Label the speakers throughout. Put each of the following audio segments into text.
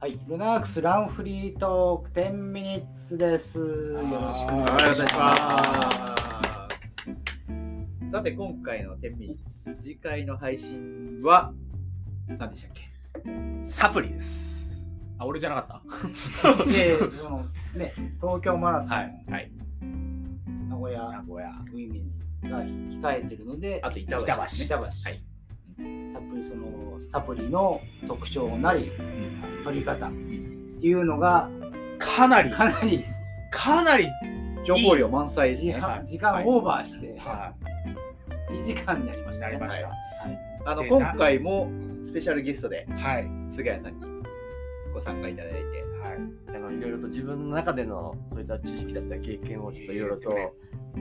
Speaker 1: はい、ルナークスランフリートーク10ミニッツです。よろしくお
Speaker 2: お
Speaker 1: 願
Speaker 2: 願い
Speaker 1: い
Speaker 2: し
Speaker 1: します。
Speaker 2: ます。さて、今回の天秤、次回の配信は、何でしたっけ
Speaker 3: サプリです。あ、俺じゃなかっ
Speaker 1: で、そのね、東京マラソン、
Speaker 3: た。はい。
Speaker 1: 名古
Speaker 3: 名
Speaker 1: 屋
Speaker 3: 古屋。
Speaker 1: ウィメンズが控えてるので、
Speaker 2: あと板橋、ね。
Speaker 3: 板橋
Speaker 1: 三田橋、
Speaker 3: い
Speaker 1: サプリそのサプリの特徴なり、取り方っていうのが
Speaker 3: かなり、
Speaker 1: かなり
Speaker 3: かなり、
Speaker 2: 情報量満載です
Speaker 1: 時
Speaker 2: ね。
Speaker 1: 間時間オーバーして
Speaker 3: は
Speaker 1: 1時間になりま
Speaker 3: い、
Speaker 1: した
Speaker 3: なり
Speaker 1: ね。
Speaker 3: ました。
Speaker 2: あの
Speaker 3: で
Speaker 2: 今回もスペシャルゲストで
Speaker 3: はい。はい。
Speaker 2: 菅谷さんにご参加いただいて、
Speaker 4: あのいろいろと自分の中でのそういった知識だったり経験をちょっといろいろと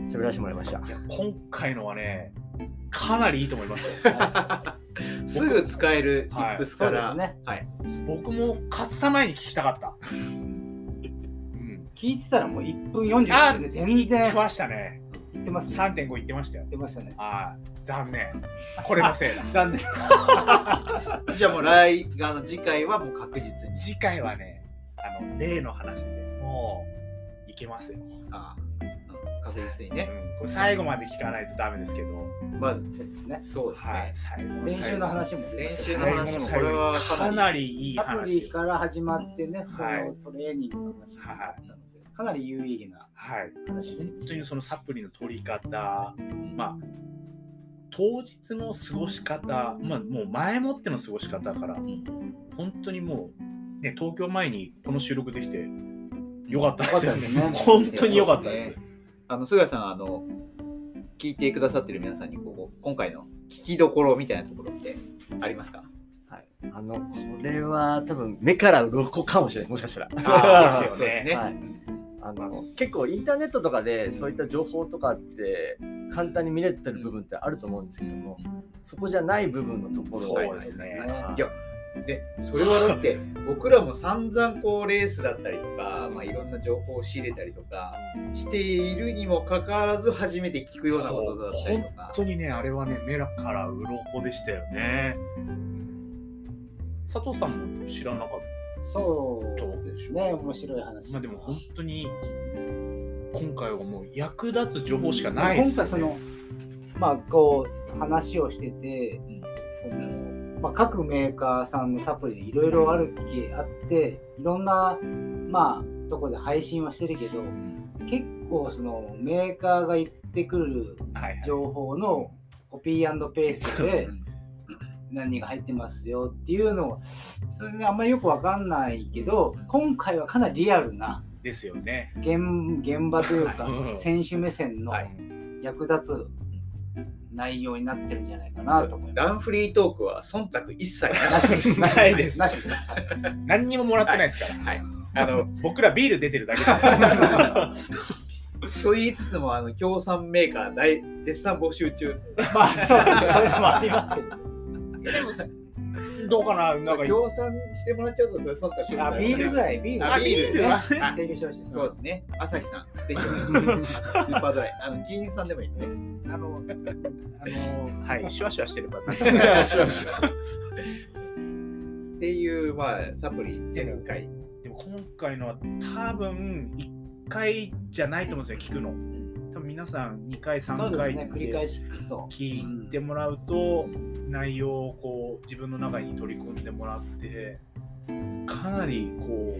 Speaker 4: 喋らせてもらいました。
Speaker 3: いや、今回のはね、かなりいいと思い ますよ。
Speaker 2: すぐ使える
Speaker 3: はい
Speaker 2: tips から、
Speaker 1: そうですね
Speaker 2: はい、
Speaker 3: 僕も勝つた前に聞きたかった。うん。
Speaker 1: 聞いてたらもう1分40分で全
Speaker 3: 言っ
Speaker 1: 然
Speaker 3: てましたね。
Speaker 1: 言ってますね。言っ
Speaker 3: 3.5言ってましたよ。
Speaker 1: てましたね。
Speaker 3: はい。残念。これの せいだ。
Speaker 1: 残 念。
Speaker 2: じゃあもう来あの次回はもう確実に
Speaker 3: 次回はね、あの、例の話でもう、いけますよ。
Speaker 2: あうん確実に
Speaker 3: う
Speaker 2: ね
Speaker 3: ん。これ最後まで聞かないとダメですけど。
Speaker 2: まず
Speaker 1: そうですね。
Speaker 2: そうですね、
Speaker 3: はい。最後の最後
Speaker 1: 練習の話も
Speaker 2: 練
Speaker 3: 最
Speaker 2: 習
Speaker 3: 後
Speaker 2: の話
Speaker 3: の
Speaker 2: も
Speaker 3: 最
Speaker 2: これ
Speaker 3: 後
Speaker 2: は
Speaker 3: に
Speaker 2: か
Speaker 3: か
Speaker 2: な
Speaker 3: な
Speaker 2: り
Speaker 3: りいい
Speaker 1: サプリ
Speaker 3: 話。
Speaker 1: から始まってね、
Speaker 3: はい
Speaker 1: そのトレーニングの話
Speaker 3: はい
Speaker 1: だったので、かなり有意義な
Speaker 3: はい。
Speaker 1: 話で
Speaker 3: 本。当にそのサプリの取り方、まあ、当日の過ごし方、まあ、もう前もっての過ごし方から、本当にもう、ね、東京前にこの収録できて、よかったですよね。
Speaker 1: よかったですね
Speaker 3: 本当によかったで
Speaker 2: いや
Speaker 3: す
Speaker 2: そ。あの菅谷さんあの聞いてくださってる皆さんにこう今回の聞きどころみたいなところってありますか
Speaker 4: はい、あのこれは多分目から鱗かもしれないもしかしたら。
Speaker 3: あーですよね
Speaker 2: そうですね、
Speaker 4: はいあの結構インターネットとかでそういった情報とかって簡単に見れてる部分ってあると思うんですけどもそこじゃない部分のところ
Speaker 3: そうですね
Speaker 2: いやでそれはだって 僕らも散々こうレースだったりとか、まあ、いろんな情報を仕入れたりとかしているにもかかわらず初めて聞くようなことだったりとか
Speaker 3: 本当にね、あれはね、目から鱗でしたよね。佐藤さんも知らなかっ
Speaker 1: そうですね、面白い
Speaker 3: た。
Speaker 1: 話。
Speaker 3: まあでも本当に今回はもう役立つ情報しかないで
Speaker 1: 今
Speaker 3: す
Speaker 1: 回そ
Speaker 3: よね
Speaker 1: の、まあこう話をしてて、そのまあ、各メーカーさんのサプリでいろいろあるきあって、いろんなまあとこで配信はしてるけど、結構そのメーカーが言ってくる
Speaker 3: はいはい
Speaker 1: 情報のコピーペーストで
Speaker 2: う。ん
Speaker 1: 何が入ってますよっていうのをそれねあんまりよくわかんないけど今回はかなりリアルな
Speaker 3: ですよね。
Speaker 1: 現現場というか
Speaker 3: うん
Speaker 1: 選手目線の
Speaker 2: はい
Speaker 1: 役立つ内容になってるんじゃないかなと思い
Speaker 2: ラン
Speaker 1: ます。
Speaker 2: フリートークは忖度一切な
Speaker 1: な
Speaker 2: し
Speaker 1: し です
Speaker 3: な
Speaker 1: ないし
Speaker 3: です
Speaker 1: なしです。はい
Speaker 3: 何にももらってないですから。
Speaker 2: はいあの
Speaker 3: 僕らビール出てるだけ です。
Speaker 2: と言いつつもあの協賛メーカー大絶賛募集中
Speaker 1: まあそうですねそれもありますけど。
Speaker 3: どうかな、なんか。
Speaker 2: 協賛してもらっちゃうとそれ忖度にな
Speaker 1: あ
Speaker 2: る
Speaker 1: ビールぐらいビール
Speaker 2: あビール
Speaker 1: ね
Speaker 2: は。あ
Speaker 1: 提供してほしいです。
Speaker 2: そうですね。朝日さ ん、ぜひお願いします。スーパードライ。あの、議員さんでもいいですね。
Speaker 1: あのあの
Speaker 3: はい、シュワシュワしてれば。
Speaker 2: っていう、まあ、サプリ、前回。
Speaker 3: でも今回のは多分1回じゃないと思うんですよ、聞くの。多分皆さん2回、
Speaker 1: そう
Speaker 3: 3
Speaker 1: です
Speaker 3: 回
Speaker 1: ね繰り返
Speaker 3: で
Speaker 1: し聞くと。
Speaker 3: 聞いてもらうと、内容をこう自分の中に取り込んでもらって、かなりこ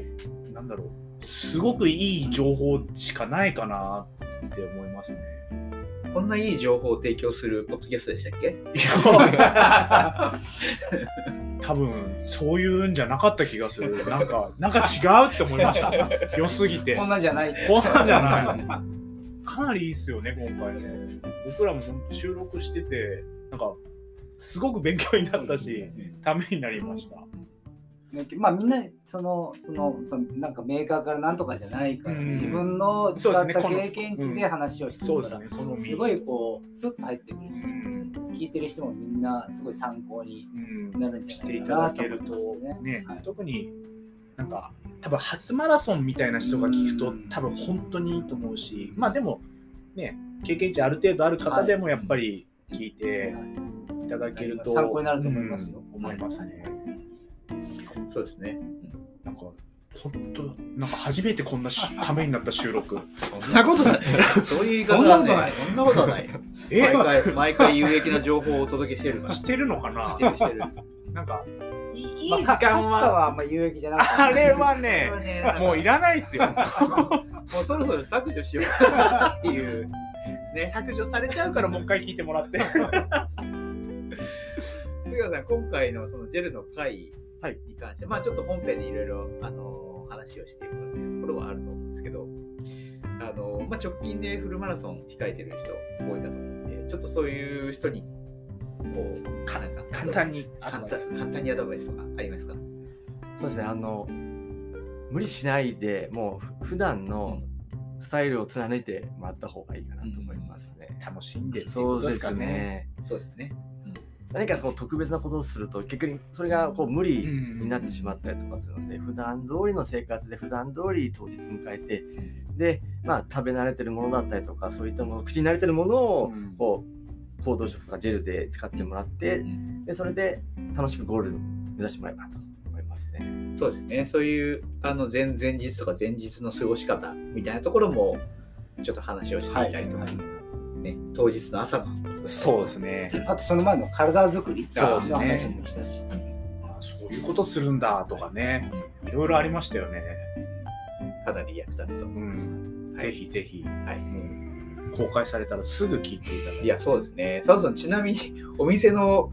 Speaker 3: う、なんだろう、すごくいい情報しかないかなって思いますね。
Speaker 2: こんないい情報を提供するポッドキャストでしたっけ
Speaker 3: いや多分そういうんじゃなかった気がするなんかなんか違うって思いました良すぎて
Speaker 1: こんなんじゃない。
Speaker 3: こんなんじゃない かなりいいっすよね今回ね僕らも本当収録しててなんかすごく勉強になったし、ためになりました
Speaker 1: ねまあみんなそのそのそのなんかメーカーからなんとかじゃないから、
Speaker 3: うん
Speaker 1: 自分の使っ
Speaker 3: そうで
Speaker 1: た
Speaker 3: すねこの
Speaker 1: 経験値で話をして
Speaker 3: そう
Speaker 1: る
Speaker 3: で
Speaker 1: から、
Speaker 3: すね好み
Speaker 1: すごいこうスッと入ってくるし
Speaker 3: うん、
Speaker 1: 聞いてる人もみんなすごい参考に
Speaker 3: うん
Speaker 1: なるんじ
Speaker 3: し
Speaker 1: ゃな
Speaker 3: て
Speaker 1: い
Speaker 3: い
Speaker 1: か
Speaker 3: ただ
Speaker 1: なと
Speaker 3: け
Speaker 1: 思
Speaker 3: る
Speaker 1: い
Speaker 3: と
Speaker 1: ますね。
Speaker 3: ね、
Speaker 1: はい
Speaker 3: 特になんか多分初マラソンみたいな人が聞くと多分本当にいいと思うしまあでもね経験値ある程度ある方でもやっぱり聞いていただけると、
Speaker 1: 参考になると思いますよ
Speaker 3: うん思いますね、
Speaker 2: そうですね。
Speaker 3: なんなんか本当なんか初めてこんなしためになった収録
Speaker 2: そんなことない。そういう言い方はね、そんなことはない。
Speaker 3: え
Speaker 2: 毎回、毎回有益な情報をお届けしてるから。
Speaker 3: し
Speaker 2: して
Speaker 3: るのかな
Speaker 2: てるしてる。
Speaker 3: なんかいいい
Speaker 1: まあ
Speaker 3: 時
Speaker 1: か
Speaker 3: 間
Speaker 1: つた
Speaker 3: は
Speaker 1: はあんま有益じゃな
Speaker 3: あ
Speaker 1: かった
Speaker 3: れはね もうい
Speaker 2: ら
Speaker 3: らないですよ
Speaker 2: もうそろそろ削除しようかなっていう。ね。
Speaker 3: 削除されちゃうからもう一回聞いてもらって
Speaker 2: 菅谷さん、今回のそのジェルの会
Speaker 4: はい
Speaker 2: に関して、まあちょっと本編でいろいろ、あの話をしてもらってるところはあると思うんですけど、あのまあ、直近でフルマラソン控えてる人多いかと思うんで、ちょっとそういう人に、こう、かなんか
Speaker 3: 簡単に
Speaker 2: 簡
Speaker 3: アドバイス
Speaker 2: 単簡単にアドバイスとかありますか
Speaker 4: そうですねあの無理しないでもうふ普段のスタイルを貫いてもらった方がいいかなと思いますね。
Speaker 3: 楽しんでってい
Speaker 4: そう
Speaker 3: こと
Speaker 4: で
Speaker 3: ですか
Speaker 4: す
Speaker 3: ね
Speaker 4: ね。
Speaker 2: そうですね。
Speaker 4: 何かこう特別なことをすると結局それがこう無理
Speaker 3: に
Speaker 4: になってしまったりとかするので、普段通りの生活で普段通り当日迎えてで、まあ、食べ慣れてるものだったりとかそういったもの口に慣れてるものを
Speaker 2: うん
Speaker 4: こう行動食とかジェルで使ってもらってでそれで楽しくゴール目指してもらえばなと思いますね。
Speaker 2: そうですね。そういうあの前前日とか前日の過ごし方みたいなところもちょっと話をしてみたりとか、
Speaker 1: はい
Speaker 2: ね、当日の朝の
Speaker 3: そうですね
Speaker 1: あとその前の体作り
Speaker 3: そうですね
Speaker 1: の話もしたし
Speaker 3: あそういうことするんだとかねいろいろありましたよね、
Speaker 2: かなり役立つと思います。はい
Speaker 3: ぜひぜひ
Speaker 2: はい。
Speaker 3: 公開されたらすぐ聞いていただいて
Speaker 2: いや、そうですね。佐藤さん、ちなみにお店の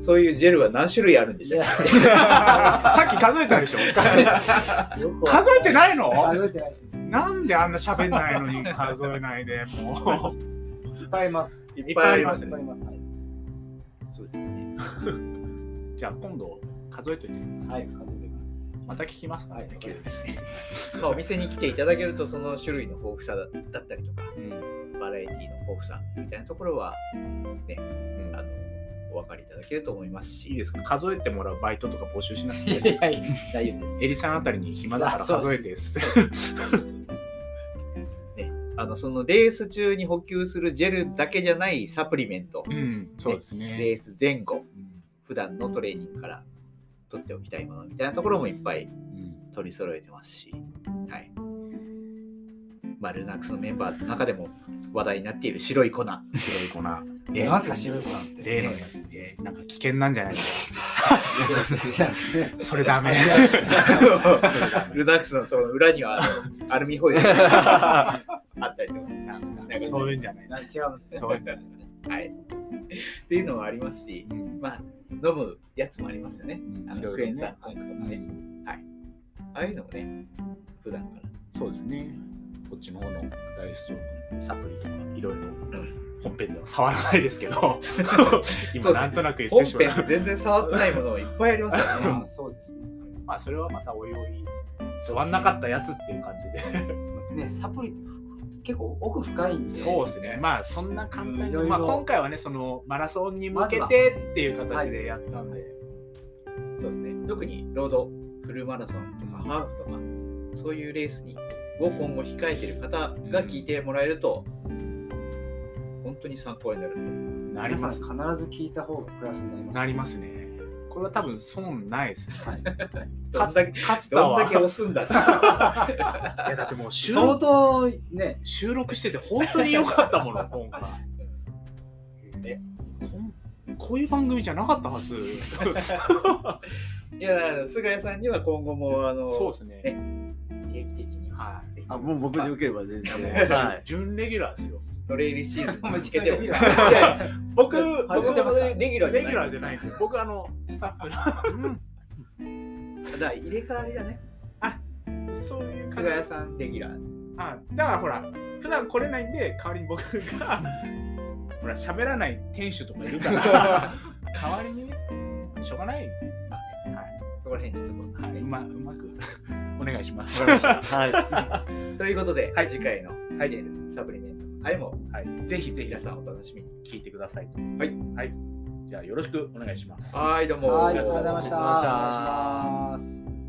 Speaker 2: そういうジェルは何種類あるんでし
Speaker 1: い
Speaker 2: たっ
Speaker 1: や
Speaker 2: け
Speaker 3: さっき数えたでしょ
Speaker 1: よくわかん
Speaker 3: 数えてないの
Speaker 1: 数えてないですい
Speaker 3: なんであんな喋んないのに数えないでもう
Speaker 1: っぱいいます
Speaker 2: い
Speaker 3: っぱいあります
Speaker 1: いっぱいいますはい
Speaker 2: そうですね。
Speaker 3: じゃあ今度数えといて
Speaker 1: はい数えてます
Speaker 3: また聞きます
Speaker 1: はい
Speaker 3: 急に
Speaker 2: まあ、お店に来ていただけると、その種類の豊富さだだったりとか、バラエティの豊富さみたいなところは、ね、あの、お分かりいただけると思います
Speaker 3: いい
Speaker 2: し、
Speaker 3: ですか数えてもらうバイトとか募集しなくていい
Speaker 1: い
Speaker 3: です
Speaker 1: やいや大丈夫です
Speaker 3: エリさんあたりに暇だから数えてです
Speaker 2: あの、そのレース中に補給するジェルだけじゃないサプリメント、
Speaker 3: うんそうです
Speaker 2: レ
Speaker 3: ね
Speaker 2: ース前後、普段のトレーニングから取っておきたいものみたいなところもいっぱい
Speaker 3: うん
Speaker 2: 取り揃えてますし、はい。まあ、ルナックスのメンバーの中でも話題になっている白い粉。
Speaker 3: 白い粉
Speaker 1: えなんすか白い子なんて
Speaker 3: 例のやつでなんか危険なんじゃないですか
Speaker 1: い
Speaker 3: それダ メ
Speaker 2: ルナックスのその裏にはあ のアルミホイルがあったりとか、
Speaker 3: そういうんじゃないです
Speaker 1: や違うんですね
Speaker 3: そういうんじゃない
Speaker 2: はい。っていうのもありますし、まあ、飲むやつもありますよね。あのクエン酸コンクとかね。ああいうのもね、普段から。
Speaker 3: そうですね。こっちの方のダイストのサプリとかいろいろ本編では触らないですけど、今なんとなく言っ
Speaker 2: 本
Speaker 3: てしま
Speaker 2: 編
Speaker 3: う。
Speaker 2: 全然触ってないものいっぱいありますよね。
Speaker 1: まあそうですね
Speaker 3: まあそれはまたおいおい触んなかったやつっていう感じで。
Speaker 1: ねサプリって結構奥深いんで
Speaker 3: そうですね。まあそんな簡単
Speaker 1: い
Speaker 3: に、
Speaker 1: ろいろ
Speaker 3: まあ今回はねそのマラソンに向けてっていう形でやったんで、
Speaker 2: そうですね。特にロード、フルマラソンとかハーフとか、そういうレースにを今後控えてる方が聞いてもらえると、本当に参考になるんで。
Speaker 3: なり
Speaker 1: 皆さん
Speaker 3: ま
Speaker 1: 必
Speaker 3: す
Speaker 1: ず
Speaker 3: か。
Speaker 1: 聞いた方がプラスになります
Speaker 3: なりますね。これは多分損ないですね。
Speaker 1: はい
Speaker 2: どんだけ、
Speaker 3: 勝つた
Speaker 2: どん
Speaker 3: は
Speaker 2: だけ押すんだって。
Speaker 3: いやだってもう収
Speaker 1: 相
Speaker 3: 録
Speaker 1: 当ね
Speaker 3: 収録してて本当に良かったもの今回。こんこういう番組じゃなかったはず。
Speaker 2: いや、菅谷さんには今後も、あの、
Speaker 3: そうですね。
Speaker 2: 定期的に、
Speaker 3: は
Speaker 2: ぜひ
Speaker 4: あもう僕でよければ全然
Speaker 3: い。もう
Speaker 4: はい
Speaker 3: 準レギュラーですよ。
Speaker 2: トレイルシーズンに向け
Speaker 1: 間
Speaker 2: て
Speaker 1: 違
Speaker 2: も。
Speaker 1: い
Speaker 2: い
Speaker 1: な
Speaker 2: やいや
Speaker 3: 僕、
Speaker 1: はい
Speaker 3: 僕
Speaker 1: やってますか
Speaker 2: レギュラー
Speaker 3: レギュラーじゃないん
Speaker 2: だ
Speaker 3: で、僕あのスタッフ。
Speaker 2: から入れ替わりだね。
Speaker 3: そういう感
Speaker 2: 菅
Speaker 3: じ。
Speaker 2: 谷さんレギュラ ー。
Speaker 3: あ、だからほら普段来れないんで代わりに僕 がほら喋らない店主とかいる から代わりにねしょうがない。は
Speaker 2: ここら辺ちょっとこう、
Speaker 3: いはい。うまうまくお願いします。
Speaker 4: はい、
Speaker 2: ということで、
Speaker 3: はい
Speaker 2: 次回の
Speaker 3: はい
Speaker 2: ジェルサプリメントの愛も
Speaker 3: はい。ぜひぜひ
Speaker 2: 皆さんお楽しみに。
Speaker 3: 聞いてくださいと。
Speaker 2: はい。
Speaker 3: はい。じゃあよろしくお願いします。
Speaker 2: はい、どうも。
Speaker 1: はいありがとうございました
Speaker 4: あり
Speaker 1: お願いし
Speaker 4: がとうございました
Speaker 1: ます